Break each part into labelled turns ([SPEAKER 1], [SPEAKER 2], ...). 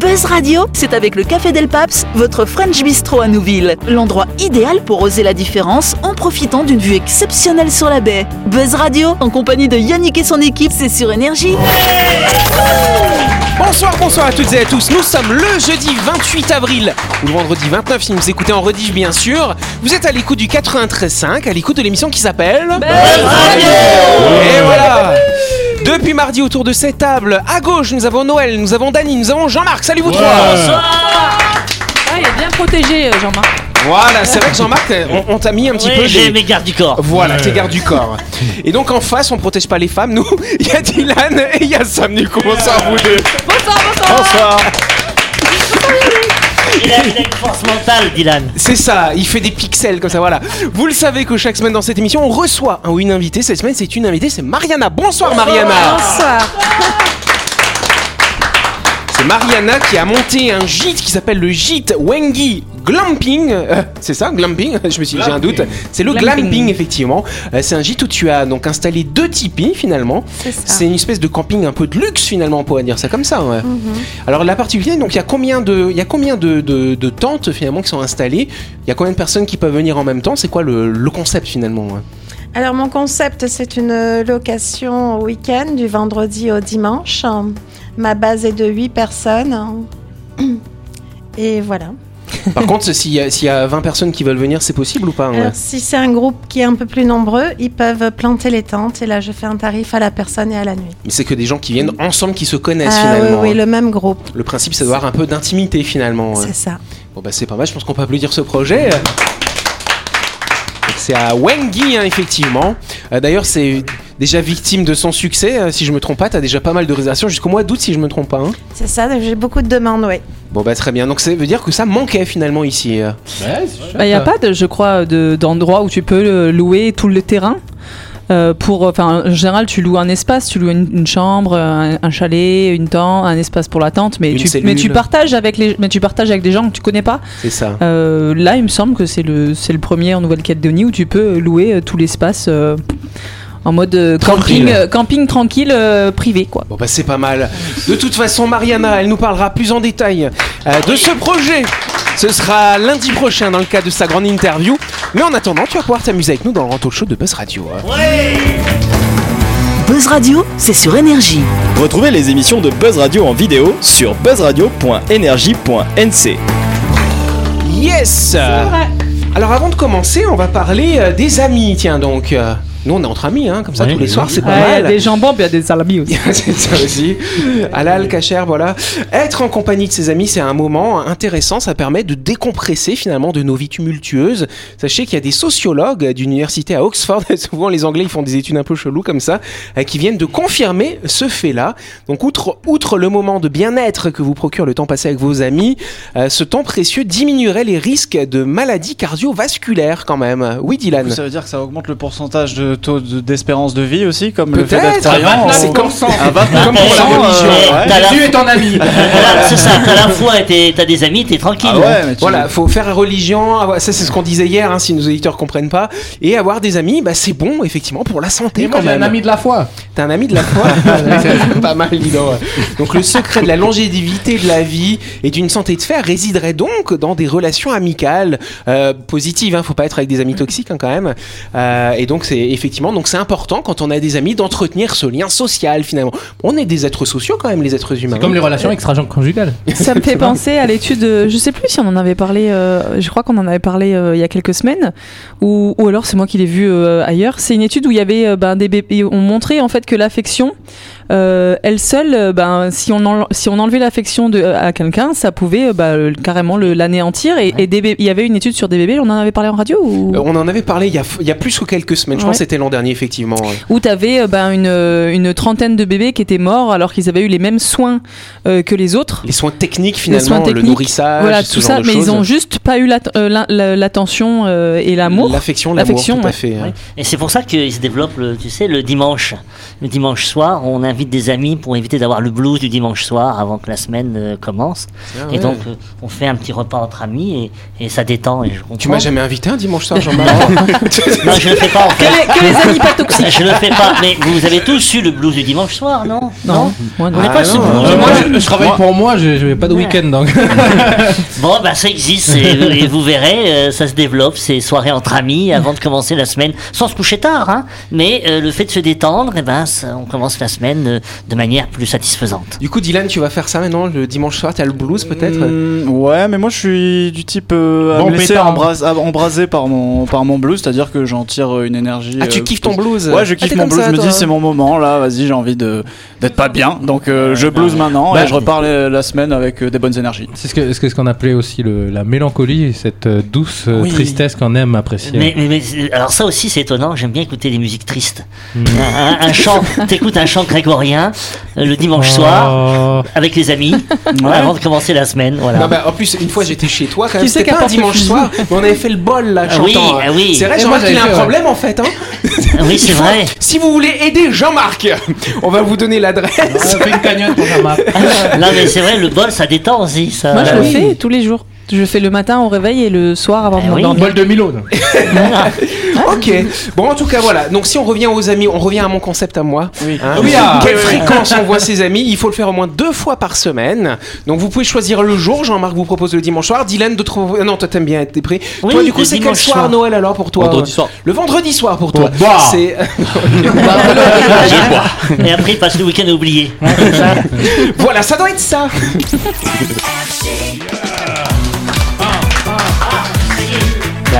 [SPEAKER 1] Buzz Radio, c'est avec le Café Del Paps, votre French Bistro à Nouville. L'endroit idéal pour oser la différence en profitant d'une vue exceptionnelle sur la baie. Buzz Radio, en compagnie de Yannick et son équipe, c'est sur Énergie.
[SPEAKER 2] Bonsoir, bonsoir à toutes et à tous. Nous sommes le jeudi 28 avril ou le vendredi 29 si vous écoutez en rediff bien sûr. Vous êtes à l'écoute du 93.5, à l'écoute de l'émission qui s'appelle Buzz Et voilà. Depuis mardi autour de cette table, à gauche nous avons Noël, nous avons Dany, nous avons Jean-Marc. Salut vous trois.
[SPEAKER 3] Ah, il est bien protégé, euh, Jean-Marc.
[SPEAKER 2] Voilà, c'est vrai que Jean-Marc, t'as- on, on t'a mis un petit peu
[SPEAKER 4] j'ai
[SPEAKER 2] des-
[SPEAKER 4] mes gardes du corps.
[SPEAKER 2] Voilà, tes gardes du corps. Et donc en face, on protège pas les femmes, nous. Il y a Dylan et il y a Sam. Du coup, bonsoir à vous deux.
[SPEAKER 3] Bonsoir, bonsoir.
[SPEAKER 2] Bonsoir.
[SPEAKER 4] Il a, il a une force mentale, Dylan.
[SPEAKER 2] C'est ça, il fait des pixels comme ça, voilà. Vous le savez que chaque semaine dans cette émission, on reçoit un ou une invitée. Cette semaine, c'est une invitée, c'est Mariana. Bonsoir Mariana.
[SPEAKER 3] Bonsoir.
[SPEAKER 2] C'est Mariana qui a monté un gîte qui s'appelle le gîte Wengi Glamping. Euh, c'est ça, glamping Je me suis j'ai un doute. C'est le glamping,
[SPEAKER 3] Glamping.
[SPEAKER 2] effectivement. Euh, c'est un gîte où tu as donc installé deux tipis finalement.
[SPEAKER 3] C'est ça.
[SPEAKER 2] C'est une espèce de camping un peu de luxe finalement, on pourrait dire ça comme ça. ouais. Alors la particularité, donc il y a combien de, il y a combien de, de- de tentes finalement qui sont installées Il y a combien de personnes qui peuvent venir en même temps C'est quoi le, le concept finalement ouais
[SPEAKER 5] Alors mon concept, c'est une location au week-end du vendredi au dimanche. Ma base est de 8 personnes. Et voilà.
[SPEAKER 2] Par contre, s'il y, a- s'il y a 20 personnes qui veulent venir, c'est possible ou pas Ah ouais
[SPEAKER 5] Alors si c'est un groupe qui est un peu plus nombreux, ils peuvent planter les tentes et là je fais un tarif à la personne et à la nuit.
[SPEAKER 2] Mais c'est que des gens qui viennent ensemble, qui se connaissent
[SPEAKER 5] Ah oui,
[SPEAKER 2] finalement.
[SPEAKER 5] oui,
[SPEAKER 2] hein.
[SPEAKER 5] le même groupe.
[SPEAKER 2] Le principe, c'est d'avoir un peu d'intimité finalement. ouais.
[SPEAKER 5] C'est ça.
[SPEAKER 2] Bon bah c'est pas mal, je pense qu'on peut applaudir ce projet. C'est à Wengi hein, effectivement. Euh, D'ailleurs c'est déjà victime de son succès, euh, si je me trompe pas, t'as déjà pas mal de réservations jusqu'au mois d'août si je me trompe pas. hein.
[SPEAKER 5] C'est ça, j'ai beaucoup de demandes, oui.
[SPEAKER 2] Bon bah très bien, donc ça veut dire que ça manquait finalement ici. euh.
[SPEAKER 3] Il n'y Bah, a pas, de, je crois, de- d'endroit où tu peux euh, louer tout le terrain. euh, pour, enfin, en général, tu loues un espace, tu loues une, une chambre, un, un chalet, une tente, un espace pour la tente, mais
[SPEAKER 2] Une
[SPEAKER 3] tu,
[SPEAKER 2] cellule.
[SPEAKER 3] mais tu partages avec les, mais tu partages avec des gens que tu connais pas.
[SPEAKER 2] C'est ça.
[SPEAKER 3] Euh, là, il me semble que c'est le, c'est le premier en Nouvelle-Calédonie où tu peux louer euh, tout l'espace euh, en mode euh,
[SPEAKER 2] Tranquille.
[SPEAKER 3] camping, euh, camping tranquille euh, privé, quoi.
[SPEAKER 2] Bon bah c'est pas mal. De toute façon Mariana, elle nous parlera plus en détail euh, de ce projet. Ce sera lundi prochain dans le cadre de sa grande interview. Mais en attendant, tu vas pouvoir t'amuser avec nous dans le Ranto Show de Buzz Radio. hein.
[SPEAKER 1] Buzz Radio, c'est sur Énergie.
[SPEAKER 6] Retrouvez les émissions de Buzz Radio en vidéo sur buzzradio.energie.nc.
[SPEAKER 2] Yes Alors avant de commencer, on va parler euh, des amis, tiens donc. euh, Nous on est entre amis, hein, comme ça
[SPEAKER 4] Ouais,
[SPEAKER 2] tous les
[SPEAKER 4] oui.
[SPEAKER 2] soirs, c'est pas
[SPEAKER 3] Ouais, il y a
[SPEAKER 2] mal.
[SPEAKER 3] des jambons, puis il y a des salabis aussi.
[SPEAKER 2] c'est ça aussi. Halal, Kacher, voilà. Être en compagnie de ses amis, c'est un moment intéressant. Ça permet de décompresser finalement de nos vies tumultueuses. Sachez qu'il y a des sociologues d'université à Oxford, souvent les Anglais ils font des études un peu cheloues comme ça, euh, qui viennent de confirmer ce fait-là. Donc outre, outre le moment de bien-être que vous procure le temps passé avec vos amis, euh, ce temps précieux diminuerait les risques de maladies cardiovasculaires quand même. Oui Dylan
[SPEAKER 7] Ça veut dire que ça augmente le pourcentage de taux de- d'espérance de, vie aussi, comme le fait
[SPEAKER 2] Peut-être, Ah, bah,
[SPEAKER 7] d'être croyant.
[SPEAKER 2] à
[SPEAKER 7] ou-
[SPEAKER 2] 29%.
[SPEAKER 7] à 29%,
[SPEAKER 2] Comme pour la
[SPEAKER 7] euh,
[SPEAKER 2] religion,
[SPEAKER 7] ouais.
[SPEAKER 4] t'as la-
[SPEAKER 8] Dieu est ton ami.
[SPEAKER 4] Voilà, c'est ça, t'as la foi et t'es- t'as des amis, t'es tranquille.
[SPEAKER 7] Ah ouais, mais tu-
[SPEAKER 2] Voilà, faut faire religion, avoir- ça c'est ce qu'on disait hier, hein, si nos auditeurs comprennent pas. Et avoir des amis, bah, c'est bon effectivement pour la santé
[SPEAKER 8] Et moi,
[SPEAKER 2] quand
[SPEAKER 8] j'ai un
[SPEAKER 2] même.
[SPEAKER 8] ami de la foi.
[SPEAKER 2] T'es un ami de la foi Ah, C'est Pas mal, dis donc. Donc le secret de la longévité de la vie et d'une santé de fer résiderait donc dans des relations amicales euh, positives. Hein, faut pas être avec des amis toxiques hein, quand même. Euh, et donc c'est effectivement, donc c'est important quand on a des amis d'entretenir ce lien social finalement. On est des êtres sociaux quand même, les êtres humains. hein.
[SPEAKER 8] C'est comme les relations extra-conjugales.
[SPEAKER 3] Ça me fait penser à l'étude, euh, je sais plus si on en avait parlé, euh, je crois qu'on en avait parlé euh, il y a quelques semaines, ou, ou alors c'est moi qui l'ai vu euh, ailleurs. C'est une étude où il y avait euh, ben, des bébés, on montrait en fait que l'affection, euh, elle seule, euh, ben, si, on enle- si on enlevait l'affection de- à quelqu'un, ça pouvait euh, ben, le- carrément le- l'anéantir. Et, et des bé- il y avait une étude sur des bébés, on en avait parlé en radio ou...
[SPEAKER 2] Euh, on en avait parlé il y a, il y a plus que quelques semaines, je
[SPEAKER 3] Ouais.
[SPEAKER 2] pense que c'était l'an dernier effectivement.
[SPEAKER 3] où tu avais ben, une, euh, une trentaine de bébés qui étaient morts alors qu'ils avaient eu les mêmes soins euh, que les autres.
[SPEAKER 2] les soins techniques finalement,
[SPEAKER 3] soins
[SPEAKER 2] le
[SPEAKER 3] techniques,
[SPEAKER 2] nourrissage,
[SPEAKER 3] voilà
[SPEAKER 2] ce
[SPEAKER 3] tout
[SPEAKER 2] genre
[SPEAKER 3] ça
[SPEAKER 2] de
[SPEAKER 3] mais
[SPEAKER 2] choses.
[SPEAKER 3] ils ont juste pas eu la- euh, la- la- l'attention euh, et l'amour
[SPEAKER 2] L'affection, l'amour, tout
[SPEAKER 3] L'affection,
[SPEAKER 2] à
[SPEAKER 3] ouais.
[SPEAKER 2] fait. hein.
[SPEAKER 4] Et c'est pour ça qu'il se développe, le, tu sais, le dimanche. le dimanche soir, on invite des amis pour éviter d'avoir le blues du dimanche soir avant que la semaine euh, commence.
[SPEAKER 2] Ah
[SPEAKER 4] Et
[SPEAKER 2] ouais.
[SPEAKER 4] donc, euh, on fait un petit repas entre amis et, et ça détend. Et je
[SPEAKER 2] Tu
[SPEAKER 4] comprends.
[SPEAKER 2] m'as jamais invité un dimanche soir, Jean-Marc
[SPEAKER 4] Non, je ne le fais pas en
[SPEAKER 3] Que
[SPEAKER 4] fait.
[SPEAKER 3] les, que les amis pas toxiques.
[SPEAKER 4] Je ne le fais pas. Mais vous avez tous eu le blues du dimanche soir, non
[SPEAKER 3] Non, moi non.
[SPEAKER 4] On n'a
[SPEAKER 2] Ah
[SPEAKER 4] pas
[SPEAKER 2] non,
[SPEAKER 4] ce blues.
[SPEAKER 2] euh,
[SPEAKER 8] moi, je, je travaille pour moi, je n'ai pas de week-end donc.
[SPEAKER 4] Bon, bah ça existe et, et vous verrez, euh, ça se développe, ces soirées entre amis avant de commencer la semaine, sans se coucher tard, hein, mais euh, le fait de se détendre, et ben, ça- on commence la semaine euh, de manière plus satisfaisante.
[SPEAKER 2] Du coup, Dylan, tu vas faire ça maintenant le dimanche soir T'as le blues peut-être
[SPEAKER 7] Hmm, Ouais, mais moi je suis du type euh, à
[SPEAKER 8] Bon
[SPEAKER 7] me laisser
[SPEAKER 8] pétard.
[SPEAKER 7] embras- à- embraser par mon, par mon blues, c'est-à-dire que j'en tire euh, une énergie.
[SPEAKER 2] Ah, tu
[SPEAKER 7] euh,
[SPEAKER 2] kiffes ton blues
[SPEAKER 7] Ouais, je
[SPEAKER 2] Ah,
[SPEAKER 7] kiffe
[SPEAKER 2] t'es
[SPEAKER 7] mon
[SPEAKER 2] comme
[SPEAKER 7] blues,
[SPEAKER 2] ça,
[SPEAKER 7] je me
[SPEAKER 2] toi,
[SPEAKER 7] dis
[SPEAKER 2] hein.
[SPEAKER 7] c'est mon moment là, vas-y, j'ai envie de d'être pas bien, donc euh, je blues maintenant
[SPEAKER 8] Bah,
[SPEAKER 7] et je repars la, la semaine avec euh, des bonnes énergies.
[SPEAKER 8] C'est ce que- ce que- ce qu'on appelait aussi le- la mélancolie, cette euh, douce euh,
[SPEAKER 2] Oui.
[SPEAKER 8] tristesse qu'on aime apprécier.
[SPEAKER 4] Mais, mais- mais, euh, alors ça aussi c'est étonnant, j'aime bien écouter des musiques tristes.
[SPEAKER 8] Hmm.
[SPEAKER 4] Un, un- un chant, t'écoutes un chant grégorien euh, le dimanche
[SPEAKER 8] Oh.
[SPEAKER 4] soir
[SPEAKER 8] soir.
[SPEAKER 4] avec les amis avant de commencer la semaine, voilà.
[SPEAKER 2] Non, bah, en plus, une fois j'étais chez toi, quand même,
[SPEAKER 3] Qui c'est
[SPEAKER 2] c'était
[SPEAKER 3] qui a
[SPEAKER 2] pas un
[SPEAKER 3] porté
[SPEAKER 2] dimanche
[SPEAKER 3] fusil
[SPEAKER 2] soir, mais on avait fait le bol là,
[SPEAKER 4] Ah oui,
[SPEAKER 2] chantant.
[SPEAKER 4] ah oui.
[SPEAKER 2] C'est vrai,
[SPEAKER 8] Et
[SPEAKER 2] Jean-Marc,
[SPEAKER 8] moi,
[SPEAKER 2] il a
[SPEAKER 8] j'avais
[SPEAKER 2] un
[SPEAKER 8] fait,
[SPEAKER 2] problème en fait. Hein
[SPEAKER 4] oui c'est vrai.
[SPEAKER 2] si vous voulez aider Jean-Marc, on va vous donner l'adresse.
[SPEAKER 8] une cagnotte pour
[SPEAKER 4] Non mais c'est vrai, le bol ça détend aussi, ça. Ah
[SPEAKER 3] Moi, je le
[SPEAKER 2] oui.
[SPEAKER 3] fais tous les jours. Je fais le matin au réveil et le soir avant
[SPEAKER 4] Eh
[SPEAKER 3] de
[SPEAKER 4] oui.
[SPEAKER 3] m'endormir.
[SPEAKER 8] Bol de Milo.
[SPEAKER 2] ok. Bon, en tout cas, voilà. Donc, si on revient aux amis, on revient à mon concept à moi.
[SPEAKER 7] Oui.
[SPEAKER 2] Hein.
[SPEAKER 8] Oui, ah.
[SPEAKER 2] Quelle fréquence on voit ses amis Il faut le faire au moins deux fois par semaine. Donc, vous pouvez choisir le jour. Jean-Marc vous propose le dimanche soir. Dylan, d'autres. Non, toi, t'aimes bien être dépris.
[SPEAKER 4] Oui,
[SPEAKER 2] toi, du coup,
[SPEAKER 4] le
[SPEAKER 2] c'est quel
[SPEAKER 4] dimanche
[SPEAKER 2] soir
[SPEAKER 4] soir.
[SPEAKER 2] Noël alors pour toi
[SPEAKER 6] Vendredi soir.
[SPEAKER 2] Le vendredi soir pour
[SPEAKER 8] Pour
[SPEAKER 2] toi.
[SPEAKER 8] boire.
[SPEAKER 2] C'est.
[SPEAKER 4] Et après il passe le week-end oublié.
[SPEAKER 2] Voilà, ça doit être ça. Bah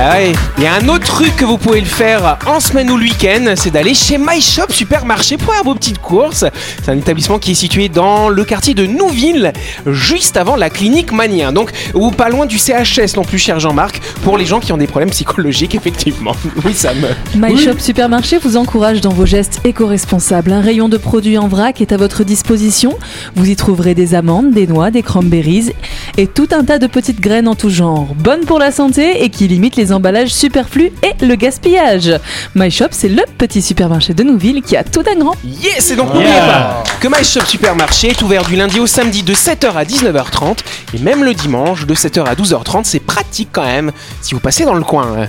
[SPEAKER 2] Ah, ouais. Il y a un autre truc que vous pouvez le faire en semaine ou le week-end, c'est d'aller chez My Shop Supermarché pour avoir vos petites courses. C'est un établissement qui est situé dans le quartier de Nouville, juste avant la clinique Manien, donc ou pas loin du CHS non plus, cher Jean-Marc, pour les gens qui ont des problèmes psychologiques, effectivement. Bah, Oui, ça me.
[SPEAKER 3] My Shop Supermarché vous encourage dans vos gestes éco-responsables. Un rayon de produits en vrac est à votre disposition. Vous y trouverez des amandes, des noix, des cranberries et tout un tas de petites graines en tout genre. Bonnes pour la santé et qui limitent les emballages superflus et le gaspillage. My Shop, c'est le petit supermarché de Nouville qui a tout un grand.
[SPEAKER 2] Yes, et donc n'oubliez pas que My Shop Supermarché est ouvert du lundi au samedi de 7h à 19h30 et même le dimanche de 7h à 12h30, c'est pratique quand même si vous passez dans le coin. hein.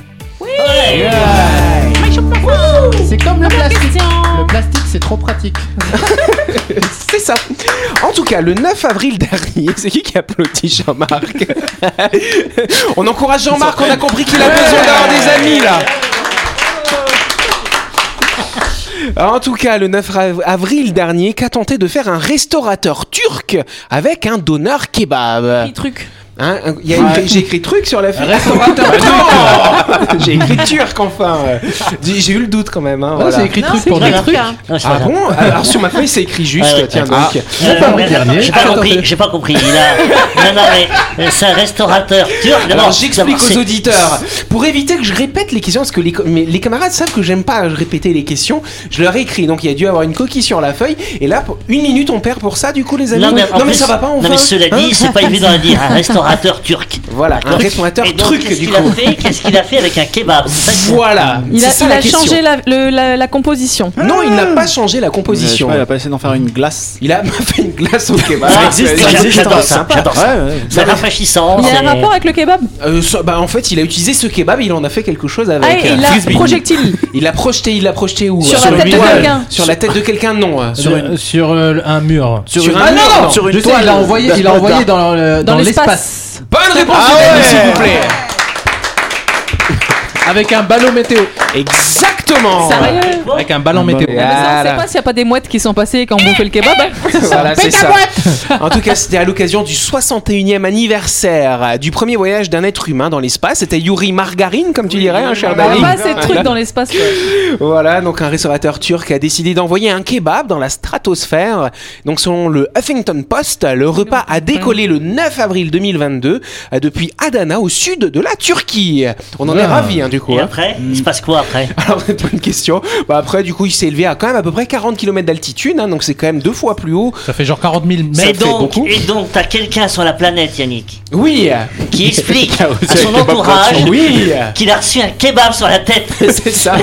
[SPEAKER 9] C'est comme le plastique. Le plastique, c'est trop pratique.
[SPEAKER 2] C'est ça. En tout cas, le 9 avril dernier, c'est qui qui applaudit Jean-Marc On encourage Jean-Marc, on a compris qu'il a besoin d'avoir des amis là. En tout cas, le 9 av- avril dernier, qu'a tenté de faire un restaurateur turc avec un donneur kebab
[SPEAKER 3] Truc.
[SPEAKER 2] Hein, un- il y a une- J'ai écrit truc sur la fiche. non J'ai écrit turc enfin. euh. J'ai j'ai eu le doute quand même.
[SPEAKER 4] Ah,
[SPEAKER 2] hein, voilà.
[SPEAKER 8] C'est écrit truc pour
[SPEAKER 4] voilà.
[SPEAKER 8] des
[SPEAKER 4] des
[SPEAKER 8] trucs.
[SPEAKER 4] Non, c'est
[SPEAKER 2] Ah
[SPEAKER 4] pas grave.
[SPEAKER 2] bon Alors sur ma feuille c'est écrit juste.
[SPEAKER 4] Ouais, ouais.
[SPEAKER 2] Tiens
[SPEAKER 6] Ah.
[SPEAKER 2] donc.
[SPEAKER 4] Euh,
[SPEAKER 8] pas compris,
[SPEAKER 4] non,
[SPEAKER 8] Olivier.
[SPEAKER 4] J'ai pas
[SPEAKER 8] Attends,
[SPEAKER 4] compris,
[SPEAKER 8] attends.
[SPEAKER 4] j'ai pas compris. Il a... Non, non, mais euh, c'est un restaurateur turc.
[SPEAKER 2] Alors
[SPEAKER 4] D'abord,
[SPEAKER 2] j'explique
[SPEAKER 4] d'abord,
[SPEAKER 2] aux
[SPEAKER 4] c'est-
[SPEAKER 2] auditeurs pour éviter que je répète les questions parce que les, co- mes- les camarades savent que j'aime pas répéter les questions. Je leur ai écrit donc il y a dû avoir une coquille sur la feuille et là pour une minute on perd pour ça du coup les amis.
[SPEAKER 4] Non, mais, en plus-
[SPEAKER 2] ça va pas on
[SPEAKER 4] Non, mais cela dit, c'est
[SPEAKER 3] Hein
[SPEAKER 4] pas évident à dire. Un restaurateur turc.
[SPEAKER 2] Voilà un
[SPEAKER 4] Truc.
[SPEAKER 2] restaurateur
[SPEAKER 4] Et donc,
[SPEAKER 2] truc
[SPEAKER 4] qu'est-ce
[SPEAKER 2] du
[SPEAKER 4] qu'il
[SPEAKER 2] coup.
[SPEAKER 4] a fait Qu'est-ce qu'il a fait avec un kebab C'est ça que-
[SPEAKER 2] Voilà.
[SPEAKER 3] Il
[SPEAKER 2] c'est
[SPEAKER 3] a,
[SPEAKER 2] ça
[SPEAKER 3] il
[SPEAKER 2] la
[SPEAKER 3] a
[SPEAKER 2] question.
[SPEAKER 3] changé la, le- Ah. la- la composition.
[SPEAKER 2] Non il n'a pas changé la
[SPEAKER 7] Je sais
[SPEAKER 2] composition.
[SPEAKER 7] pas, il a pas essayé d'en faire une glace.
[SPEAKER 2] Il a fait une glace au kebab.
[SPEAKER 4] Ah, j'a- J'adore ça. J'adore ça.
[SPEAKER 7] Ouais, ouais.
[SPEAKER 4] C'est
[SPEAKER 2] Oh.
[SPEAKER 4] rafraîchissant.
[SPEAKER 3] Il y a
[SPEAKER 4] c'est-
[SPEAKER 3] un rapport avec le kebab
[SPEAKER 2] Euh, ça- bah, en fait, il a utilisé ce kebab, il en a fait quelque chose avec.
[SPEAKER 3] Ah, et il
[SPEAKER 2] Euh,
[SPEAKER 3] a
[SPEAKER 2] frisbee.
[SPEAKER 3] projectile.
[SPEAKER 2] Il l'a projeté, il l'a projeté où
[SPEAKER 3] Sur
[SPEAKER 2] euh,
[SPEAKER 3] la
[SPEAKER 2] une
[SPEAKER 3] tête de
[SPEAKER 2] toile
[SPEAKER 3] quelqu'un.
[SPEAKER 2] Sur la tête de quelqu'un, non. euh,
[SPEAKER 8] Sur, sur, euh, un mur.
[SPEAKER 2] Sur,
[SPEAKER 7] une-
[SPEAKER 2] un
[SPEAKER 7] Ah
[SPEAKER 2] mur,
[SPEAKER 7] non Sur une
[SPEAKER 8] je sais, il
[SPEAKER 7] toile.
[SPEAKER 8] l'a envoyé, il l'a envoyé dans le-
[SPEAKER 3] dans
[SPEAKER 8] dans l'espace.
[SPEAKER 3] l'espace.
[SPEAKER 2] Bonne réponse,
[SPEAKER 7] Ah
[SPEAKER 2] Denis,
[SPEAKER 7] ouais
[SPEAKER 2] s'il vous plaît.
[SPEAKER 8] Avec un ballon météo.
[SPEAKER 2] Exactement.
[SPEAKER 3] Sérieux
[SPEAKER 8] Avec un ballon météo.
[SPEAKER 3] Mais ça, on
[SPEAKER 2] Voilà.
[SPEAKER 3] sait pas s'il n'y a pas des mouettes qui sont passées et qui ont bouffé le kebab. hein.
[SPEAKER 2] Voilà, c'est ça. En tout cas, c'était à l'occasion du 61e anniversaire euh, du premier voyage d'un être humain dans l'espace. C'était Yuri Margarine, comme tu dirais, hein, cher
[SPEAKER 3] On n'a
[SPEAKER 2] Dali.
[SPEAKER 3] pas ces trucs dans l'espace.
[SPEAKER 2] Voilà, donc un restaurateur turc a décidé d'envoyer un kebab dans la stratosphère. Donc selon le Huffington Post, le repas a décollé le 9 avril 2022 euh, depuis Adana au sud de la Turquie. On en est
[SPEAKER 8] Ah.
[SPEAKER 2] ravis hein, du coup.
[SPEAKER 4] Et
[SPEAKER 2] hein.
[SPEAKER 4] après, il se passe quoi après
[SPEAKER 2] Alors, complètement une question. Bah, après, du coup, il s'est élevé à quand même à peu près 40 km d'altitude, hein, donc c'est quand même deux fois plus haut.
[SPEAKER 8] Ça fait genre 40 000 mètres.
[SPEAKER 4] Et
[SPEAKER 2] fait
[SPEAKER 4] donc,
[SPEAKER 2] beaucoup.
[SPEAKER 4] et donc, t'as quelqu'un sur la planète, Yannick,
[SPEAKER 2] Oui,
[SPEAKER 4] qui explique
[SPEAKER 7] Ah, aussi,
[SPEAKER 4] à son
[SPEAKER 7] avec les babes
[SPEAKER 4] entourage
[SPEAKER 2] oui,
[SPEAKER 4] qu'il a reçu un kebab sur la tête.
[SPEAKER 2] c'est ça.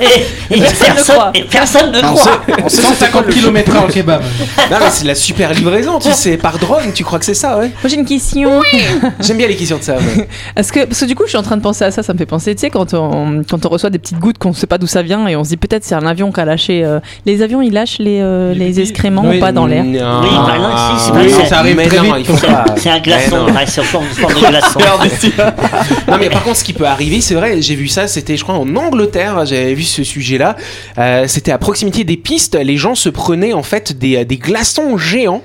[SPEAKER 4] Et, et personne,
[SPEAKER 3] croit.
[SPEAKER 4] et personne ne
[SPEAKER 7] On
[SPEAKER 4] croit.
[SPEAKER 7] sait- on sait-
[SPEAKER 8] 150 km en kebab.
[SPEAKER 2] Non, mais c'est de la super livraison, tu sais, par drone, tu crois que c'est ça, ouais.
[SPEAKER 3] Moi j'ai une question.
[SPEAKER 2] J'aime bien les questions de ça. ouais.
[SPEAKER 3] Est-ce que, parce que du coup, je suis en train de penser à ça, ça me fait penser, tu sais, quand on, quand on reçoit des petites gouttes qu'on ne sait pas d'où ça vient et on se dit peut-être c'est un avion qui a lâché. euh, les avions, ils lâchent les, euh, les excréments
[SPEAKER 8] Oui.
[SPEAKER 3] ou pas dans l'air
[SPEAKER 2] Non.
[SPEAKER 4] Oui, bah non, si, c'est pas
[SPEAKER 2] Oui,
[SPEAKER 4] ça.
[SPEAKER 2] ça arrive
[SPEAKER 8] Mais
[SPEAKER 2] très
[SPEAKER 8] non,
[SPEAKER 2] vite.
[SPEAKER 8] il faut
[SPEAKER 2] C'est-
[SPEAKER 8] pas.
[SPEAKER 4] C'est un glaçon,
[SPEAKER 2] non.
[SPEAKER 4] ouais, c'est en forme, forme de glaçon.
[SPEAKER 2] Non mais par contre ce qui peut arriver c'est vrai j'ai vu ça c'était je crois en Angleterre j'avais vu ce sujet là c'était à proximité des pistes les gens se prenaient en fait des, des glaçons géants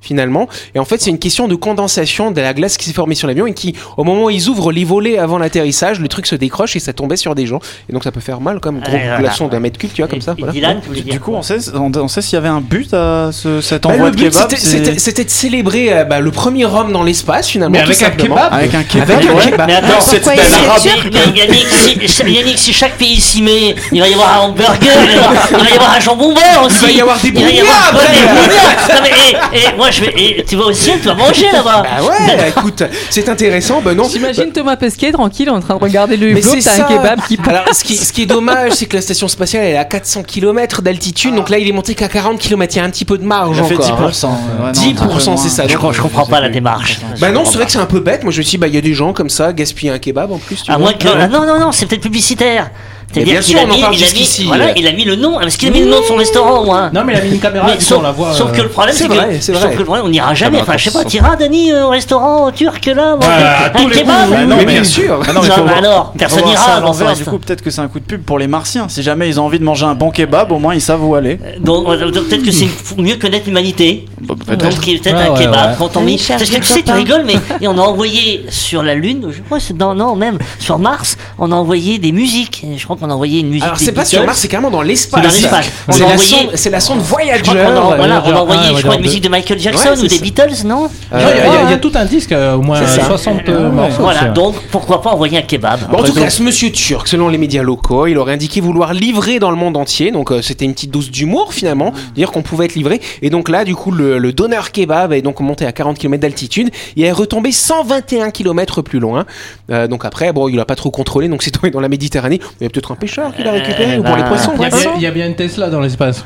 [SPEAKER 2] finalement et en fait c'est une question de condensation de la glace qui s'est formée sur l'avion et qui au moment où ils ouvrent les volets avant l'atterrissage le truc se décroche et ça tombait sur des gens et donc ça peut faire mal comme gros
[SPEAKER 4] Ouais, voilà.
[SPEAKER 2] glaçon d'un mètre cube tu vois comme ça
[SPEAKER 4] Et
[SPEAKER 2] voilà.
[SPEAKER 4] Dylan, tu voulais dire
[SPEAKER 7] Du coup,
[SPEAKER 4] quoi
[SPEAKER 7] on sait, on, on sait s'il y avait un but à ce, cet
[SPEAKER 2] Bah,
[SPEAKER 7] envoi
[SPEAKER 2] le
[SPEAKER 7] de
[SPEAKER 2] but
[SPEAKER 7] kebab.
[SPEAKER 2] c'était-
[SPEAKER 7] c'est-
[SPEAKER 2] c'était c'était de célébrer euh, bah, le premier homme dans l'espace finalement
[SPEAKER 8] Mais
[SPEAKER 2] tout
[SPEAKER 8] avec un
[SPEAKER 2] simplement.
[SPEAKER 8] kebab
[SPEAKER 7] Avec un
[SPEAKER 2] Avec
[SPEAKER 7] kebab,
[SPEAKER 2] un
[SPEAKER 7] ouais.
[SPEAKER 2] kebab.
[SPEAKER 4] Mais attends,
[SPEAKER 6] cette
[SPEAKER 5] pourquoi
[SPEAKER 6] belle
[SPEAKER 5] il est
[SPEAKER 6] arabe.
[SPEAKER 5] sûr
[SPEAKER 4] Mais- mais Yannick, si, Yannick, si chaque pays s'y met, il va y avoir un hamburger, il va y avoir- il va y avoir un jambon beurre aussi.
[SPEAKER 2] Il va y avoir des
[SPEAKER 4] Il va y
[SPEAKER 2] brouillards
[SPEAKER 4] avoir-
[SPEAKER 2] après.
[SPEAKER 4] ouais, mais- Non, mais, eh, eh, moi, je vais, eh, tu vas au ciel, tu vas manger là-bas.
[SPEAKER 2] Bah ouais, écoute, c'est intéressant. Ben non,
[SPEAKER 3] J'imagine Thomas Pesquet tranquille en train de regarder le
[SPEAKER 2] Mais
[SPEAKER 3] hublot,
[SPEAKER 2] c'est
[SPEAKER 3] t'as
[SPEAKER 2] ça.
[SPEAKER 3] un kebab qui
[SPEAKER 2] Alors, ce qui, ce qui est dommage, c'est que la station spatiale elle est à 400 km d'altitude, donc là il est monté qu'à 40 km. Il y a un petit peu de marge
[SPEAKER 7] Il a fait
[SPEAKER 2] encore. hein.
[SPEAKER 7] 10%. ouais, non,
[SPEAKER 2] 10%,
[SPEAKER 7] un peu
[SPEAKER 2] c'est
[SPEAKER 7] moins.
[SPEAKER 2] ça.
[SPEAKER 4] Je,
[SPEAKER 2] donc-
[SPEAKER 4] com- je comprends pas la démarche.
[SPEAKER 2] Bah non, c'est vrai que c'est un peu bête. Moi je me suis dit, bah il y a des gens comme ça, gaspiller un kebab en plus. Tu
[SPEAKER 4] À
[SPEAKER 2] vois.
[SPEAKER 4] moins que. Ah non, non, non, c'est peut-être publicitaire.
[SPEAKER 2] Mais
[SPEAKER 4] C'est-à-dire
[SPEAKER 2] bien
[SPEAKER 4] qu'il
[SPEAKER 2] sûr,
[SPEAKER 4] a
[SPEAKER 2] on en
[SPEAKER 4] mis,
[SPEAKER 2] parle
[SPEAKER 4] il a
[SPEAKER 2] jusqu'ici. Mmh.
[SPEAKER 4] mis, voilà, il a mis le nom. Parce qu'il a mis le nom de son restaurant, moi.
[SPEAKER 8] Non, mais il a mis une caméra,
[SPEAKER 4] Mais
[SPEAKER 8] du coup,
[SPEAKER 4] sauf,
[SPEAKER 8] on la voit.
[SPEAKER 4] sauf
[SPEAKER 8] euh,
[SPEAKER 4] que le problème,
[SPEAKER 2] c'est
[SPEAKER 4] c'est
[SPEAKER 2] vrai,
[SPEAKER 4] que,
[SPEAKER 2] c'est
[SPEAKER 4] sauf
[SPEAKER 2] vrai.
[SPEAKER 4] que le problème, on n'ira jamais. Enfin, je sais pas, t'iras, Dani, au restaurant turc là, manger
[SPEAKER 8] à
[SPEAKER 4] un
[SPEAKER 8] tous les
[SPEAKER 4] kebab. hein,
[SPEAKER 7] Bah
[SPEAKER 2] Mais,
[SPEAKER 7] non, mais-
[SPEAKER 2] bien sûr.
[SPEAKER 7] Ah non, mais
[SPEAKER 4] Non,
[SPEAKER 7] faut
[SPEAKER 4] mais
[SPEAKER 7] voir-
[SPEAKER 4] alors,
[SPEAKER 7] faut
[SPEAKER 4] personne
[SPEAKER 7] voir ça
[SPEAKER 4] n'ira
[SPEAKER 7] à
[SPEAKER 4] dans ce
[SPEAKER 7] l'envers. Du
[SPEAKER 4] restaurant.
[SPEAKER 7] coup, peut-être que c'est un coup de pub pour les martiens. Si jamais ils ont envie de manger un bon kebab, au moins ils savent où aller.
[SPEAKER 4] Donc, on- euh, donc, peut-être que c'est faut mieux connaître l'humanité.
[SPEAKER 7] Bah, peut-être.
[SPEAKER 4] Donc, il y a peut-être
[SPEAKER 8] Ouais,
[SPEAKER 4] un
[SPEAKER 8] ouais,
[SPEAKER 4] kebab
[SPEAKER 8] ouais.
[SPEAKER 4] quand on
[SPEAKER 5] Allez,
[SPEAKER 4] met.
[SPEAKER 5] cherche
[SPEAKER 4] Parce que
[SPEAKER 5] des
[SPEAKER 4] tu sais, tu
[SPEAKER 5] copains.
[SPEAKER 4] rigoles, mais et on a envoyé sur la Lune, je crois, que c'est dans, non, même sur Mars, on a envoyé des musiques. Et Je crois qu'on a envoyé une musique.
[SPEAKER 2] Alors
[SPEAKER 4] des
[SPEAKER 2] c'est pas sur
[SPEAKER 4] Beatles.
[SPEAKER 2] Mars, c'est carrément dans l'espace.
[SPEAKER 4] C'est dans l'espace. On
[SPEAKER 2] C'est
[SPEAKER 4] a
[SPEAKER 2] la,
[SPEAKER 4] envoyé-
[SPEAKER 2] sonde- c'est la sonde
[SPEAKER 4] Je crois qu'on
[SPEAKER 2] Voyager. Euh,
[SPEAKER 4] a, voilà, on a envoyé,
[SPEAKER 8] Voyager un,
[SPEAKER 4] je crois, une
[SPEAKER 8] Voyager
[SPEAKER 4] musique de Michael Jackson
[SPEAKER 2] Ouais, c'est
[SPEAKER 4] ou des
[SPEAKER 2] ça.
[SPEAKER 4] Beatles, non
[SPEAKER 8] Il y a- il y a-
[SPEAKER 4] Oh.
[SPEAKER 8] il y
[SPEAKER 2] Euh,
[SPEAKER 8] a tout un disque, euh, au moins
[SPEAKER 2] C'est ça.
[SPEAKER 8] 60 euh, morceaux.
[SPEAKER 4] Voilà,
[SPEAKER 8] c'est-
[SPEAKER 4] donc pourquoi pas envoyer un kebab
[SPEAKER 2] Bon, en tout cas, ce monsieur turc, selon les médias locaux, il aurait indiqué vouloir livrer dans le monde entier. Donc, euh, c'était une petite dose d'humour finalement, dire qu'on pouvait être livré. Et donc là, du coup, le, le donneur kebab est donc monté à 40 km d'altitude. Il est retombé 121 km plus loin. Euh, donc après, bon, il a pas trop contrôlé, donc c'est tombé dans la Méditerranée. Il y a peut-être un pêcheur qui l'a récupéré
[SPEAKER 4] Euh,
[SPEAKER 2] ou pour les
[SPEAKER 4] bah,
[SPEAKER 2] poissons.
[SPEAKER 8] Il y a
[SPEAKER 2] ouais.
[SPEAKER 8] bien- Il y a bien une Tesla dans l'espace.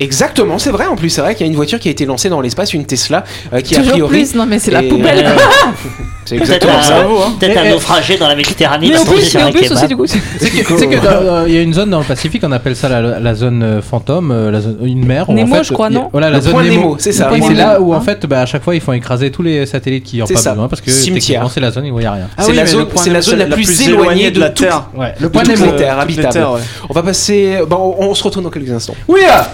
[SPEAKER 2] Exactement, c'est vrai. En plus, c'est vrai qu'il y a une voiture qui a été lancée dans l'espace, une Tesla, euh, qui a
[SPEAKER 3] toujours
[SPEAKER 2] priori.
[SPEAKER 3] plus. Non mais c'est la
[SPEAKER 2] est-
[SPEAKER 3] poubelle.
[SPEAKER 2] Euh, C'est
[SPEAKER 4] Peut-être
[SPEAKER 2] exactement ça.
[SPEAKER 4] un, peut-être un
[SPEAKER 8] Mais-
[SPEAKER 4] naufragé dans la Méditerranée.
[SPEAKER 3] Mais
[SPEAKER 4] va
[SPEAKER 3] en
[SPEAKER 4] se poser
[SPEAKER 3] plus,
[SPEAKER 4] sur
[SPEAKER 3] mais en
[SPEAKER 4] un
[SPEAKER 3] plus
[SPEAKER 4] kebab.
[SPEAKER 3] aussi du coup. c'est-
[SPEAKER 8] C'est que- c'est que dans- euh, il y a une zone dans le Pacifique, on appelle ça la, la zone euh, fantôme, euh, la zone, une mer. où,
[SPEAKER 3] Nemo,
[SPEAKER 8] en fait,
[SPEAKER 3] je crois,
[SPEAKER 8] il y a-
[SPEAKER 3] non
[SPEAKER 8] Voilà, la
[SPEAKER 2] Le
[SPEAKER 8] zone
[SPEAKER 2] point
[SPEAKER 8] Nemo.
[SPEAKER 2] Nemo, c'est ça.
[SPEAKER 3] Le
[SPEAKER 8] Et
[SPEAKER 3] point
[SPEAKER 8] c'est
[SPEAKER 3] Nemo.
[SPEAKER 8] là où en fait, bah, à chaque fois, ils font écraser tous les satellites qui n'ont
[SPEAKER 2] C'est
[SPEAKER 8] pas
[SPEAKER 2] ça.
[SPEAKER 8] besoin parce que
[SPEAKER 2] Cimetière.
[SPEAKER 8] techniquement, c'est la zone où il n'y a rien.
[SPEAKER 7] Ah
[SPEAKER 2] C'est
[SPEAKER 7] oui,
[SPEAKER 2] la
[SPEAKER 7] mais
[SPEAKER 2] zone-
[SPEAKER 7] le point
[SPEAKER 2] c'est la
[SPEAKER 7] Nemo,
[SPEAKER 2] zone la plus éloignée de
[SPEAKER 7] la
[SPEAKER 2] toute-
[SPEAKER 7] Terre.
[SPEAKER 8] Ouais. Le
[SPEAKER 2] point
[SPEAKER 8] point
[SPEAKER 2] toutes Nemo.
[SPEAKER 8] Nemo.
[SPEAKER 2] les terres
[SPEAKER 7] Toutes les
[SPEAKER 2] habitables.
[SPEAKER 7] terres, ouais.
[SPEAKER 2] On va passer. Bon, on, on se retrouve dans quelques instants.
[SPEAKER 8] Oui là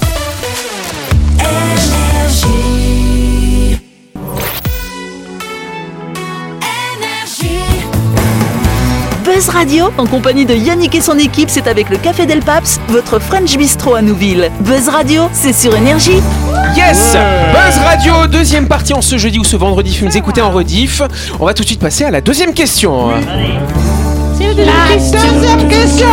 [SPEAKER 1] Buzz Radio, en compagnie de Yannick et son équipe, c'est avec le Café Del Paps, votre French Bistro à Nouville. Buzz Radio, c'est sur Énergie.
[SPEAKER 2] Yes Buzz Radio, deuxième partie en ce jeudi ou ce vendredi, si vous nous écoutez en rediff. On va tout de suite passer à la deuxième question.
[SPEAKER 9] Deuxième question,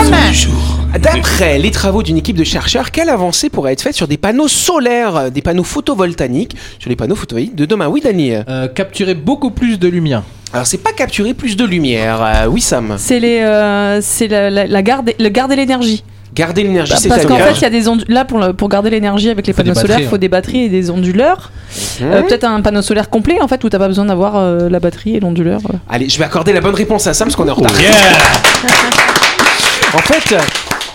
[SPEAKER 2] D'après les travaux d'une équipe de chercheurs, quelle avancée pourrait être faite sur des panneaux solaires, des panneaux photovoltaïques, sur les panneaux photovoltaïques de demain Oui, Dani
[SPEAKER 8] euh, Capturer beaucoup plus de lumière.
[SPEAKER 2] Alors, c'est pas capturer plus de lumière. Euh, oui, Sam.
[SPEAKER 3] C'est les, euh, c'est la, la, la garde, le garder l'énergie.
[SPEAKER 2] Garder l'énergie,
[SPEAKER 3] Bah,
[SPEAKER 2] c'est
[SPEAKER 3] parce
[SPEAKER 2] à
[SPEAKER 3] qu'en
[SPEAKER 2] dire-
[SPEAKER 3] fait, il y a des ondu- là pour, le- pour garder l'énergie avec les
[SPEAKER 8] Faut des
[SPEAKER 3] panneaux solaires,
[SPEAKER 8] batteries,
[SPEAKER 3] il faut des batteries hein. et des onduleurs. Euh, Peut-être un panneau solaire complet en fait où t'as pas besoin d'avoir euh, la batterie et l'onduleur. euh.
[SPEAKER 2] Allez, je vais accorder la bonne réponse à Sam parce qu'on est en retard. en fait, euh,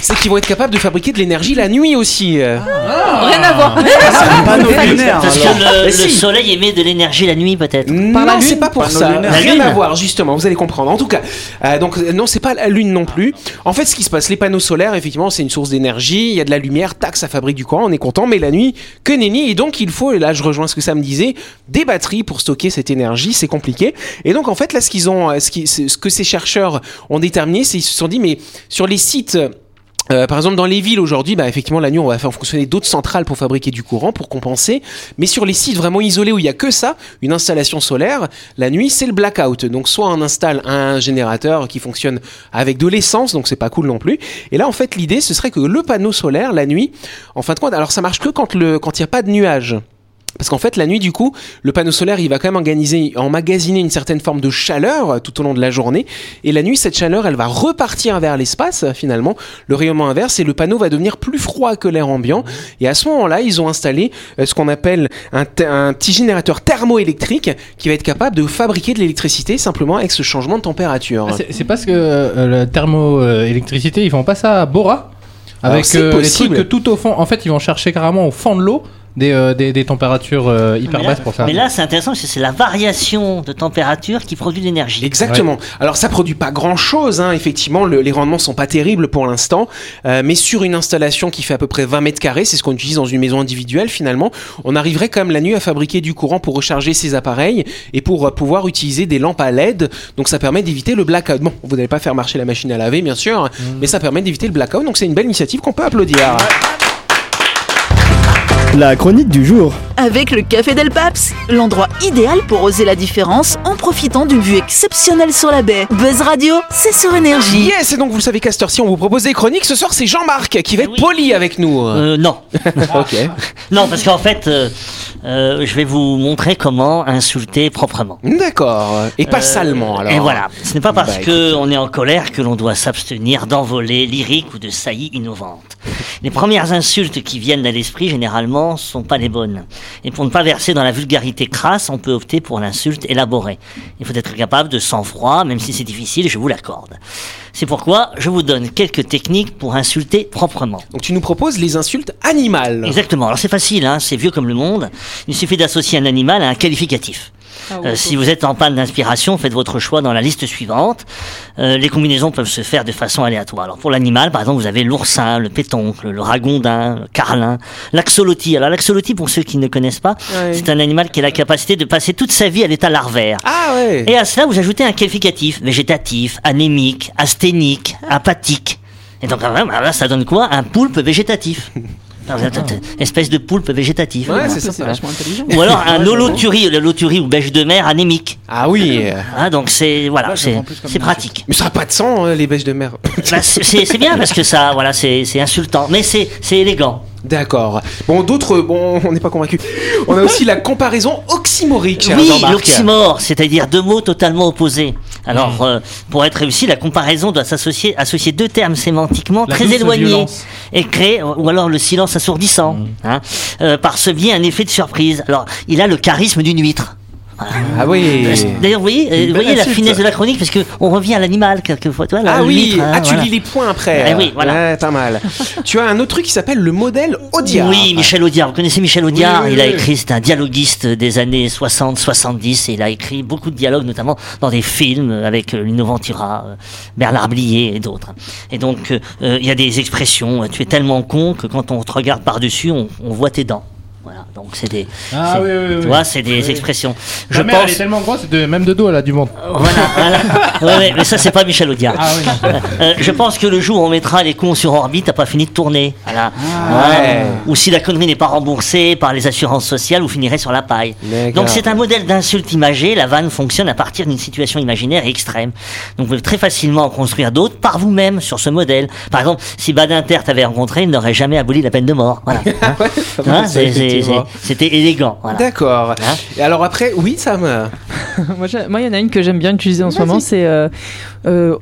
[SPEAKER 2] c'est qu'ils vont être capables de fabriquer de l'énergie la nuit aussi. euh.
[SPEAKER 3] Rien à voir.
[SPEAKER 7] Panneau lunaire.
[SPEAKER 4] Parce que
[SPEAKER 7] alors.
[SPEAKER 4] le,
[SPEAKER 2] Mais
[SPEAKER 4] le
[SPEAKER 2] si.
[SPEAKER 4] soleil émet de l'énergie la nuit, peut-être.
[SPEAKER 3] Par la
[SPEAKER 2] non,
[SPEAKER 3] Lune
[SPEAKER 2] c'est pas pour
[SPEAKER 7] Par nos
[SPEAKER 2] ça.
[SPEAKER 7] lunettes.
[SPEAKER 2] Rien
[SPEAKER 4] La
[SPEAKER 2] à
[SPEAKER 4] Lune.
[SPEAKER 2] voir, justement. Vous allez comprendre. En tout cas, euh, donc euh, non, c'est pas la lune non plus. En fait, ce qui se passe, les panneaux solaires, effectivement, c'est une source d'énergie. Il y a de la lumière, tac, ça fabrique du courant. On est content, mais la nuit, que nenni. Et donc, il faut. Et là, je rejoins ce que ça me disait. Des batteries pour stocker cette énergie, c'est compliqué. Et donc, en fait, là, ce qu'ils ont, euh, ce, qui- ce ce que ces chercheurs ont déterminé, c'est ils se sont dit, mais sur les sites Euh, par exemple, dans les villes aujourd'hui, bah, effectivement, la nuit, on va faire fonctionner d'autres centrales pour fabriquer du courant, pour compenser. Mais sur les sites vraiment isolés où il n'y a que ça, une installation solaire, la nuit, c'est le blackout. Donc, soit on installe un générateur qui fonctionne avec de l'essence, donc c'est pas cool non plus. Et là, en fait, l'idée, ce serait que le panneau solaire, la nuit, en fin de compte, alors ça marche que quand le, quand il n'y a pas de nuages. Parce qu'en fait, la nuit, du coup, le panneau solaire, il va quand même organiser, emmagasiner une certaine forme de chaleur euh, tout au long de la journée. Et la nuit, cette chaleur, elle va repartir vers l'espace, euh, finalement. Le rayonnement inverse, et le panneau va devenir plus froid que l'air ambiant. Et à ce moment-là, ils ont installé euh, ce qu'on appelle un, th- un petit générateur thermoélectrique qui va être capable de fabriquer de l'électricité simplement avec ce changement de température.
[SPEAKER 8] Ah, c'est- C'est parce que euh, la thermoélectricité, ils font pas ça à Bora
[SPEAKER 2] Alors,
[SPEAKER 8] Avec
[SPEAKER 2] c'est
[SPEAKER 8] euh, les trucs
[SPEAKER 2] possible.
[SPEAKER 8] que tout au fond. En fait, ils vont chercher carrément au fond de l'eau des, euh, des, des températures euh, hyper
[SPEAKER 4] mais, là,
[SPEAKER 8] basses pour ça.
[SPEAKER 4] mais là, c'est intéressant parce que c'est la variation de température qui produit de l'énergie.
[SPEAKER 2] Exactement. Alors ça produit pas grand chose, hein. effectivement, le- les rendements sont pas terribles pour l'instant, Euh, mais sur une installation qui fait à peu près 20 mètres carrés, c'est ce qu'on utilise dans une maison individuelle finalement, on arriverait quand même la nuit à fabriquer du courant pour recharger ces appareils et pour euh, pouvoir utiliser des lampes à LED, donc ça permet d'éviter le blackout. Bon, vous n'allez pas faire marcher la machine à laver bien sûr,
[SPEAKER 4] Mmh.
[SPEAKER 2] hein, mais ça permet d'éviter le blackout, donc c'est une belle initiative qu'on peut applaudir.
[SPEAKER 6] La chronique du jour.
[SPEAKER 1] Avec le Café Del Paps, l'endroit idéal pour oser la différence en profitant d'une vue exceptionnelle sur la baie. Buzz Radio, c'est sur énergie.
[SPEAKER 2] Yes, et donc vous le savez Castor, si on vous propose des chroniques, ce soir c'est Jean-Marc qui va être
[SPEAKER 4] Eh Oui.
[SPEAKER 2] poli avec nous.
[SPEAKER 4] Euh, non,
[SPEAKER 2] ok.
[SPEAKER 4] non, parce qu'en fait, euh, euh, je vais vous montrer comment insulter proprement.
[SPEAKER 2] D'accord. Et pas
[SPEAKER 4] Euh,
[SPEAKER 2] salement alors.
[SPEAKER 4] Et voilà, ce n'est pas parce
[SPEAKER 2] Bah,
[SPEAKER 4] que on est en colère que l'on doit s'abstenir d'envolées lyriques ou de saillies innovantes. Les premières insultes qui viennent à l'esprit généralement sont pas les bonnes. Et pour ne pas verser dans la vulgarité crasse, on peut opter pour l'insulte élaborée. Il faut être capable de sang-froid, même si c'est difficile, je vous l'accorde. C'est pourquoi je vous donne quelques techniques pour insulter proprement.
[SPEAKER 2] Donc tu nous proposes les insultes animales.
[SPEAKER 4] Exactement. Alors c'est facile, hein, c'est vieux comme le monde. Il suffit d'associer un animal à un qualificatif. Euh, si vous êtes en panne d'inspiration, faites votre choix dans la liste suivante. Euh, les combinaisons peuvent se faire de façon aléatoire. Alors pour l'animal, par exemple, vous avez l'oursin, le pétoncle, le ragondin, le carlin, l'axolotie. Alors l'axolotie, pour ceux qui ne connaissent pas, c'est un animal qui a la capacité de passer toute sa vie à l'état larvaire.
[SPEAKER 2] Ah ouais.
[SPEAKER 4] Et à cela, vous ajoutez un qualificatif végétatif, anémique, asthénique, apathique. Et donc, ah, bah, là, ça donne quoi Un poulpe végétatif. Alors, vous êtes- Espèce de poulpe végétatif.
[SPEAKER 2] Ouais, c'est ça.
[SPEAKER 4] Ou alors un holothurie, le holothurie ou bêche de mer anémique.
[SPEAKER 2] Ah oui.
[SPEAKER 4] Hein, donc c'est voilà,
[SPEAKER 7] Là, je le
[SPEAKER 4] c'est
[SPEAKER 7] prends plus comme
[SPEAKER 4] c'est
[SPEAKER 7] une
[SPEAKER 4] pratique.
[SPEAKER 2] Mais ça n'a pas de sang, hein, les bêches de mer.
[SPEAKER 4] Bah, c'est c'est bien parce que ça, voilà, c'est c'est insultant, mais c'est c'est élégant.
[SPEAKER 2] D'accord. Bon, d'autres, bon, on n'est pas convaincu. On a aussi la comparaison oxymorique, cher
[SPEAKER 4] Oui,
[SPEAKER 2] Jean-Marc.
[SPEAKER 4] l'oxymore, c'est-à-dire deux mots totalement opposés. Alors,
[SPEAKER 2] Mm.
[SPEAKER 4] euh, pour être réussi, la comparaison doit s'associer associer deux termes sémantiquement
[SPEAKER 8] La
[SPEAKER 4] très
[SPEAKER 8] douce
[SPEAKER 4] éloignés
[SPEAKER 8] violence.
[SPEAKER 4] et créer, ou alors le silence assourdissant.
[SPEAKER 2] Mm.
[SPEAKER 4] hein. Euh, par ce biais, un effet de surprise. Alors, il a le charisme d'une huître.
[SPEAKER 2] Ah oui.
[SPEAKER 4] D'ailleurs, vous voyez, euh, vous voyez la finesse de la chronique, parce que on revient à l'animal quelquefois. tu vois, la
[SPEAKER 2] Ah oui,
[SPEAKER 4] huître, hein,
[SPEAKER 2] ah tu
[SPEAKER 4] voilà.
[SPEAKER 2] lis les points après.
[SPEAKER 4] Eh oui, voilà.
[SPEAKER 2] Ouais, pas mal. tu as un autre truc qui s'appelle le modèle Audiard.
[SPEAKER 4] Oui, Michel Audiard. Vous connaissez Michel Audiard
[SPEAKER 2] Oui, oui,
[SPEAKER 4] Il a
[SPEAKER 2] oui.
[SPEAKER 4] écrit, c'est un dialoguiste des années 60, 70, et il a écrit beaucoup de dialogues, notamment dans des films avec euh, Lino Ventura, euh, Bernard Blier et d'autres. Et donc, euh, euh, il y a des expressions. euh, Tu es tellement con que quand on te regarde par-dessus, on, on voit tes dents. Voilà, donc c'est des.
[SPEAKER 8] Ah
[SPEAKER 4] c'est-
[SPEAKER 8] oui, oui, oui.
[SPEAKER 4] Tu vois, c'est des expressions. Je
[SPEAKER 8] Ma mère, elle est
[SPEAKER 4] pense.
[SPEAKER 8] tellement grosse, de- même de dos, elle a du ventre.
[SPEAKER 4] Voilà, voilà. Ouais, ouais, mais ça, c'est pas Michel Audiard.
[SPEAKER 8] Ah oui, non.
[SPEAKER 4] Euh, je pense que le jour où on mettra les cons sur orbite, t'as pas fini de tourner. Voilà.
[SPEAKER 2] Ah ouais.
[SPEAKER 4] Ou si la connerie n'est pas remboursée par les assurances sociales, vous finirez sur la paille.
[SPEAKER 2] D'accord.
[SPEAKER 4] Donc c'est un modèle d'insulte imagée. La vanne fonctionne à partir d'une situation imaginaire et extrême. Donc vous pouvez très facilement en construire d'autres par vous-même sur ce modèle. Par exemple, si Badinter t'avait rencontré, il n'aurait jamais aboli la peine de mort. Voilà. Hein, c'est- c'est-
[SPEAKER 2] effectivement.
[SPEAKER 4] c'est- C'était élégant. Voilà.
[SPEAKER 2] D'accord.
[SPEAKER 4] Hein
[SPEAKER 2] Et alors après, oui, Sam.
[SPEAKER 3] Moi, j'ai- moi, il y en a une que j'aime bien utiliser en ce moment, c'est euh, euh,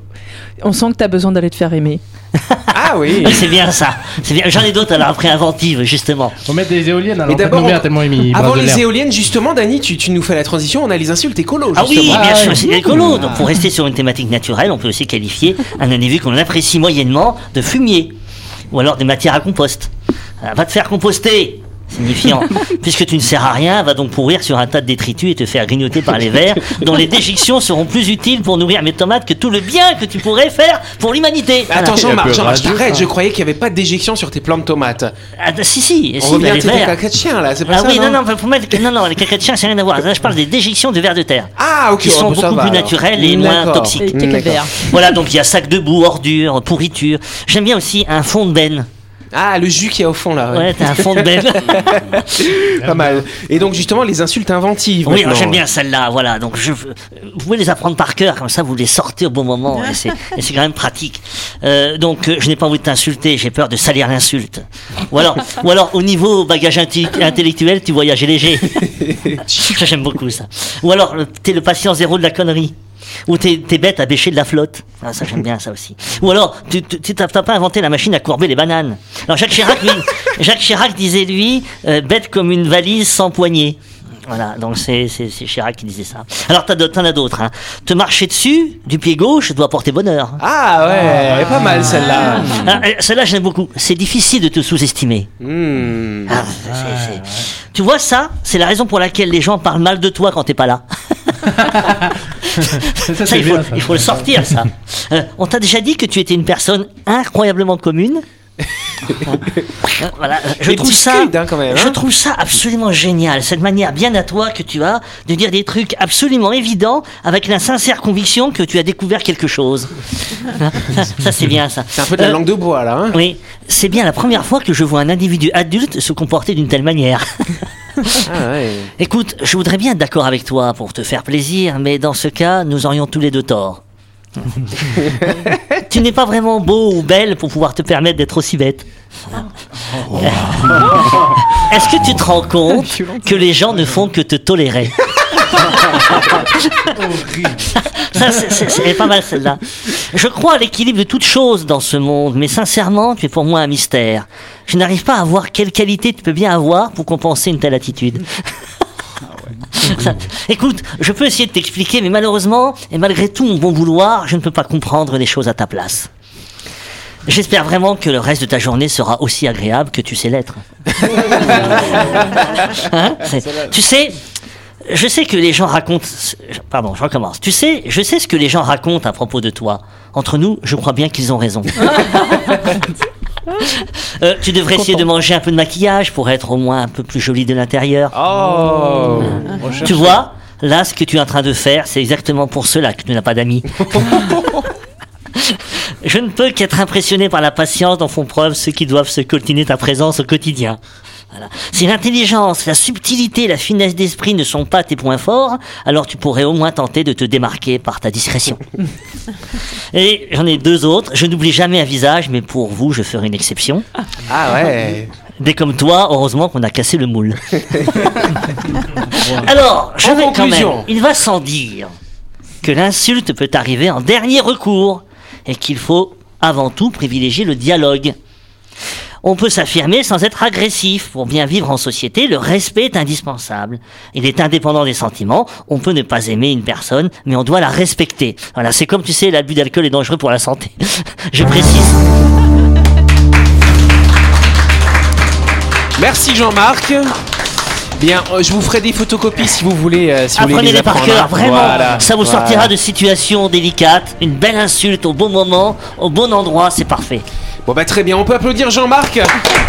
[SPEAKER 3] on sent que t'as besoin d'aller te faire aimer.
[SPEAKER 2] Ah oui.
[SPEAKER 4] C'est bien ça. C'est bien. J'en ai d'autres alors après inventive justement.
[SPEAKER 8] On met des éoliennes, alors
[SPEAKER 2] Mais
[SPEAKER 8] en fait,
[SPEAKER 2] d'abord,
[SPEAKER 8] nos mères,
[SPEAKER 2] on-
[SPEAKER 8] tellement ils
[SPEAKER 2] Avant
[SPEAKER 8] brassent de
[SPEAKER 2] les
[SPEAKER 8] l'air.
[SPEAKER 2] éoliennes, justement, Dani, tu, tu nous fais la transition. On a les insultes écolo.
[SPEAKER 4] Ah oui,
[SPEAKER 2] justement.
[SPEAKER 4] bien
[SPEAKER 8] Ah,
[SPEAKER 4] sûr, c'est écolo. Donc, pour rester sur une thématique naturelle, on peut aussi qualifier un individu qu'on apprécie moyennement de fumier, ou alors des matières à compost. Ah, va te Euh, faire composter. signifiant puisque tu ne sers à rien, va donc pourrir sur un tas de détritus et te faire grignoter par les vers, dont les déjections seront plus utiles pour nourrir mes tomates que tout le bien que tu pourrais faire pour l'humanité. Ah,
[SPEAKER 2] Mais Attends,
[SPEAKER 4] Voilà.
[SPEAKER 2] Jean-Marc,
[SPEAKER 9] peu
[SPEAKER 2] Bah, Jean-Marc, je
[SPEAKER 9] radieux,
[SPEAKER 2] t'arrête,
[SPEAKER 9] ça.
[SPEAKER 2] je croyais qu'il n'y avait pas de déjection sur tes plants de tomates.
[SPEAKER 4] Ah, bah, si, si,
[SPEAKER 2] On
[SPEAKER 4] si,
[SPEAKER 2] revient
[SPEAKER 4] mais
[SPEAKER 2] à
[SPEAKER 4] les
[SPEAKER 2] tes
[SPEAKER 4] vers.
[SPEAKER 2] caca de chien là, c'est pas
[SPEAKER 4] Ah
[SPEAKER 2] ça
[SPEAKER 4] oui, non,
[SPEAKER 2] non
[SPEAKER 4] non, bah, faut mettre- non, non, avec les caca de chien, ça n'a rien à voir. Là, je parle des déjections de vers de terre.
[SPEAKER 2] Ah, ok,
[SPEAKER 4] Qui
[SPEAKER 2] bon,
[SPEAKER 4] sont
[SPEAKER 2] bah, ça
[SPEAKER 4] beaucoup
[SPEAKER 2] va,
[SPEAKER 4] plus
[SPEAKER 2] alors.
[SPEAKER 4] naturels et moins
[SPEAKER 2] D'accord.
[SPEAKER 4] toxiques.
[SPEAKER 3] Et
[SPEAKER 2] D'accord.
[SPEAKER 3] caca
[SPEAKER 4] Voilà, donc il y a sac de boue, ordures, pourriture. J'aime bien aussi un fond de benne.
[SPEAKER 2] Ah, le jus qui est au fond là. ouais.
[SPEAKER 4] Ouais, t'as un fond de benne.
[SPEAKER 2] Pas mal. Et donc justement les insultes inventives.
[SPEAKER 4] Oui, oh,
[SPEAKER 2] maintenant.
[SPEAKER 4] j'aime bien celle-là, voilà. Donc je, vous pouvez les apprendre par cœur, comme ça vous les sortez au bon moment, et c'est et c'est quand même pratique. Euh, donc euh, je n'ai pas envie de t'insulter, j'ai peur de salir l'insulte. Ou alors, ou alors au niveau bagage inti- intellectuel, tu voyages léger. ça j'aime beaucoup ça. Ou alors euh, t'es le patient zéro de la connerie. Ou t'es t'es bête à bêcher de la flotte. Ah, ça j'aime bien ça aussi. Ou alors tu tu- tu- t'as t'as pas inventé la machine à courber les bananes. Alors Jacques Chirac, lui, Jacques Chirac disait lui, euh, bête comme une valise sans poignée. Voilà, donc c'est c'est- c'est Chirac qui disait ça. Alors t'as d'autres- t'en as d'autres. Hein. Te marcher dessus, du pied gauche, doit porter bonheur.
[SPEAKER 2] Ah ouais, elle est pas mal celle-là.
[SPEAKER 4] Ah, euh, Celle-là, j'aime beaucoup. C'est difficile de te sous-estimer.
[SPEAKER 2] Hmm.
[SPEAKER 4] Ah, c'est- c'est- Tu vois, ça, c'est la raison pour laquelle les gens parlent mal de toi quand t'es pas là.
[SPEAKER 8] Ça,
[SPEAKER 4] Ça,
[SPEAKER 8] c'est
[SPEAKER 4] il faut,
[SPEAKER 8] bien, ça.
[SPEAKER 4] il faut le sortir, ça. Euh, on t'a déjà dit que tu étais une personne incroyablement commune. Euh, voilà, euh, je
[SPEAKER 2] Les
[SPEAKER 4] trouve
[SPEAKER 2] petits
[SPEAKER 4] ça.
[SPEAKER 2] scuds, hein, quand même, hein.
[SPEAKER 4] Je trouve ça absolument génial, cette manière bien à toi que tu as de dire des trucs absolument évidents avec la sincère conviction que tu as découvert quelque chose. Hein, ça, ça, c'est bien ça.
[SPEAKER 2] C'est un peu de la
[SPEAKER 4] Euh,
[SPEAKER 2] langue de bois là. hein.
[SPEAKER 4] Oui, c'est bien la première fois que je vois un individu adulte se comporter d'une telle manière.
[SPEAKER 2] Ah ouais.
[SPEAKER 4] Écoute, je voudrais bien être d'accord avec toi pour te faire plaisir, mais dans ce cas, nous aurions tous les deux tort. tu n'es pas vraiment beau ou belle pour pouvoir te permettre d'être aussi bête. Est-ce que tu te rends compte que les gens ne font que te tolérer Ça, c'est- c'est c'est pas mal celle-là. Je crois à l'équilibre de toute chose dans ce monde, mais sincèrement, tu es pour moi un mystère. Je n'arrive pas à voir quelle qualité tu peux bien avoir pour compenser une telle attitude. Ça- Écoute, je peux essayer de t'expliquer, mais malheureusement, et malgré tout mon bon vouloir, je ne peux pas comprendre les choses à ta place. J'espère vraiment que le reste de ta journée sera aussi agréable que tu sais l'être. Hein C'est- tu sais, je sais que les gens racontent. Pardon, je recommence. Tu sais, je sais ce que les gens racontent à propos de toi. Entre nous, je crois bien qu'ils ont raison. Euh, tu devrais essayer de manger un peu de maquillage pour être au moins un peu plus jolie de l'intérieur.
[SPEAKER 2] Oh.
[SPEAKER 4] Tu vois, là, ce que tu es en train de faire, c'est exactement pour cela que tu n'as pas d'amis. Je ne peux qu'être impressionné par la patience dont font preuve ceux qui doivent se coltiner ta présence au quotidien. Voilà. Si l'intelligence, la subtilité, la finesse d'esprit ne sont pas tes points forts, alors tu pourrais au moins tenter de te démarquer par ta discrétion. Et j'en ai deux autres. Je n'oublie jamais un visage, mais pour vous, je ferai une exception.
[SPEAKER 2] Ah ouais.
[SPEAKER 4] Dès comme toi, heureusement qu'on a cassé le moule. Alors, je
[SPEAKER 2] En
[SPEAKER 4] vais quand même.
[SPEAKER 2] conclusion.
[SPEAKER 4] Il va sans dire que l'insulte peut arriver en dernier recours et qu'il faut avant tout privilégier le dialogue. On peut s'affirmer sans être agressif. Pour bien vivre en société, le respect est indispensable. Il est indépendant des sentiments. On peut ne pas aimer une personne, mais on doit la respecter. Voilà, c'est comme tu sais, l'abus d'alcool est dangereux pour la santé. je précise.
[SPEAKER 2] Merci Jean-Marc. Bien, euh, je vous ferai des photocopies si vous voulez. euh, si vous voulez
[SPEAKER 4] Apprenez-les par
[SPEAKER 2] apprendre, hein.
[SPEAKER 4] cœur, vraiment.
[SPEAKER 2] Voilà,
[SPEAKER 4] Ça vous
[SPEAKER 2] voilà.
[SPEAKER 4] sortira de situations délicates. Une belle insulte au bon moment, au bon endroit, c'est parfait.
[SPEAKER 2] Bon bah très bien, on peut applaudir Jean-Marc.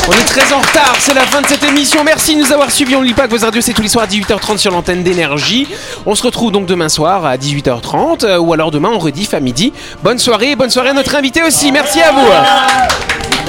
[SPEAKER 2] On est très en retard, c'est la fin de cette émission. Merci de nous avoir suivis. On ne lit pas que vos radios, c'est tous les soirs à 18h30 sur l'antenne d'énergie. On se retrouve donc demain soir à 18h30 euh, ou alors demain on rediff à midi. Bonne soirée, bonne soirée à notre invité aussi. Merci à vous.